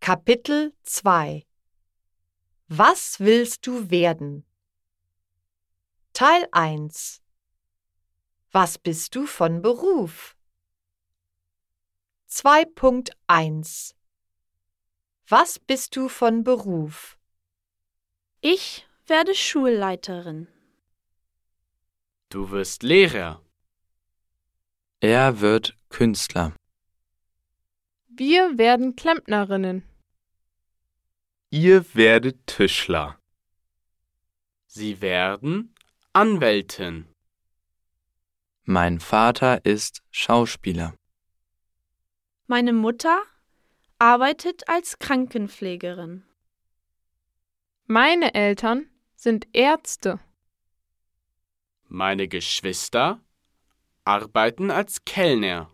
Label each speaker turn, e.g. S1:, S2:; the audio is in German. S1: Kapitel 2 Was willst du werden? Teil 1 Was bist du von Beruf? 2.1 Was bist du von Beruf?
S2: Ich werde Schulleiterin.
S3: Du wirst Lehrer.
S4: Er wird Künstler.
S5: Wir werden Klempnerinnen.
S6: Ihr werdet Tischler.
S3: Sie werden Anwältin.
S4: Mein Vater ist Schauspieler.
S2: Meine Mutter arbeitet als Krankenpflegerin.
S5: Meine Eltern sind Ärzte.
S3: Meine Geschwister arbeiten als Kellner.